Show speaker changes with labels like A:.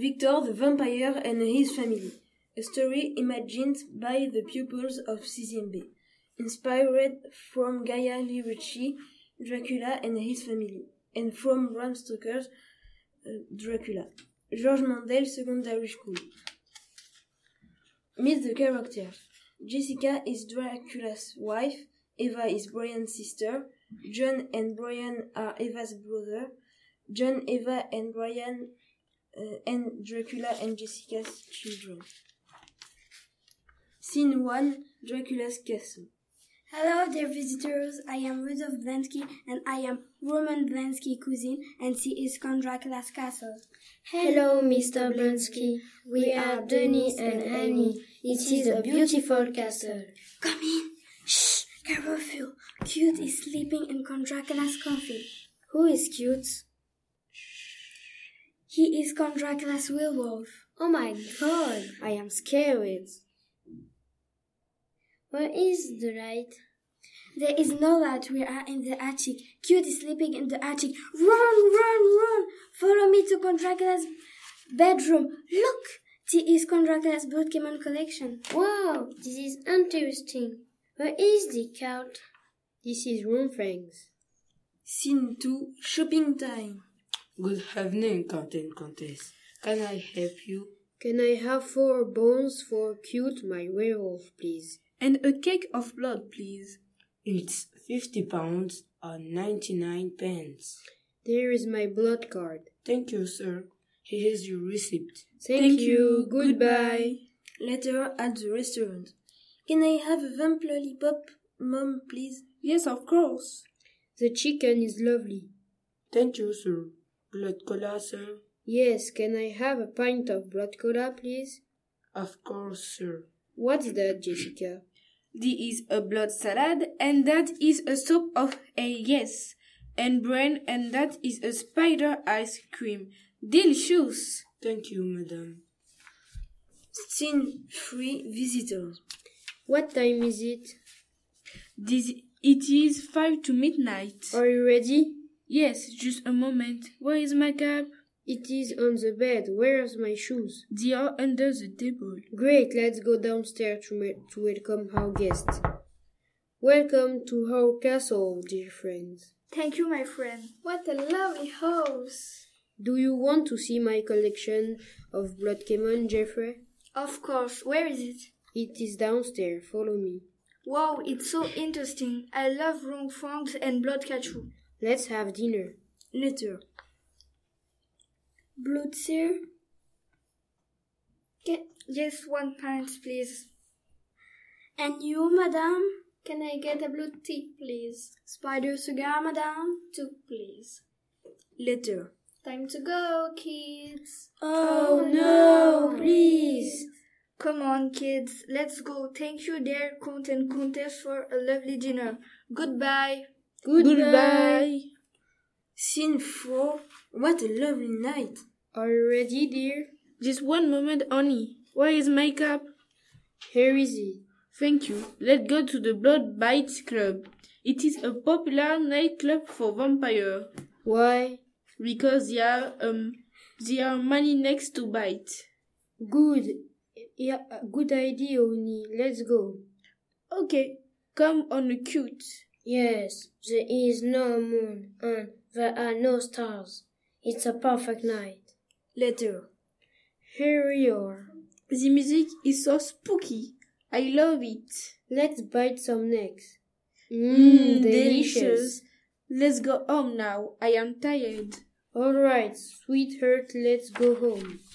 A: Victor the Vampire and His Family, a story imagined by the pupils of CCMB, inspired from Gaia Lirucci, Dracula and His Family, and from Bram Stoker's uh, Dracula, George Mandel Secondary School. Meet the characters. Jessica is Dracula's wife, Eva is Brian's sister, John and Brian are Eva's brother, John, Eva, and Brian, uh, and Dracula and Jessica's children. Scene 1 Dracula's Castle.
B: Hello, dear visitors. I am Rudolf Blansky, and I am Roman Blansky cousin, and she is from Dracula's castle.
C: Hello, Mr. Blonsky. We are Denny and Annie. It is a beautiful castle.
B: Come in. Shh, Garofio. Cute is sleeping in Count Dracula's coffin.
C: Who is cute?
B: He is Count Dracula's werewolf.
C: Oh my god, I am scared. Where is the light?
B: There is no light. We are in the attic. Cute is sleeping in the attic. Run, run, run! Follow me to Count Dracula's bedroom. Look, T is Count Dracula's Brookhaven collection.
C: Wow, this is interesting. Where is the couch? This is room things.
A: Scene 2 Shopping Time.
D: Good evening, Count and Countess. Can I help you?
C: Can I have four bones for cute my werewolf, please?
A: And a cake of blood, please.
D: It's fifty pounds or ninety-nine pence.
C: There is my blood card.
D: Thank you, sir. Here is your receipt.
C: Thank, you. Goodbye.
A: Later at the restaurant. Can I have a vamp lollipop, Mom, please?
E: Yes, of course.
C: The chicken is lovely.
D: Thank you, sir. Blood cola, sir.
C: Yes, can I have a pint of blood cola, please?
D: Of course, sir.
C: What's that, Jessica?
E: This is a blood salad, and that is a soup of a yes, and brain, and that is a spider ice cream. Delicious!
D: Thank you, madam.
A: Scene 3 Visitors.
C: What time is it?
E: This, it is five to midnight.
C: Are you ready?
E: Yes, just a moment. Where is my cap?
C: It is on the bed. Where's my shoes?
E: They are under the table.
C: Great, let's go downstairs to, ma- to welcome our guests. Welcome to our castle, dear friends.
B: Thank you, my friend. What a lovely house.
C: Do you want to see my collection of blood caiman, Jeffrey?
B: Of course. Where is it?
C: It is downstairs. Follow me.
B: Wow, it's so interesting. I love wrong forms and blood catchou.
C: Let's have dinner.
A: Later.
B: Blood sir? yes, one pint, please. And you, madame? Can I get a blue tea, please? Spider cigar, madame? Two, please.
A: Later.
B: Time to go, kids.
C: Oh no, please.
B: Come on, kids. Let's go. Thank you, dear Count and Countess, for a lovely dinner. Goodbye.
C: Goodbye.
A: Scene 4 What a lovely night.
C: Are you ready, dear?
E: Just one moment only. Where is my cap?
C: Here is it.
E: Thank you. Let's go to the Blood Bites Club. It is a popular nightclub for vampire
C: Why?
E: because there are um there are many necks to bite.
C: Good. Yeah, uh, good idea, Oni. Let's go.
E: Okay, come on the cute.
C: Yes, there is no moon and there are no stars. It's a perfect night.
A: Later.
C: Here we are.
E: The music is so spooky. I love it.
C: Let's bite some necks.
B: Mm,
E: Mmm, Let's go home now. I am tired.
C: All right, sweetheart, let's go home.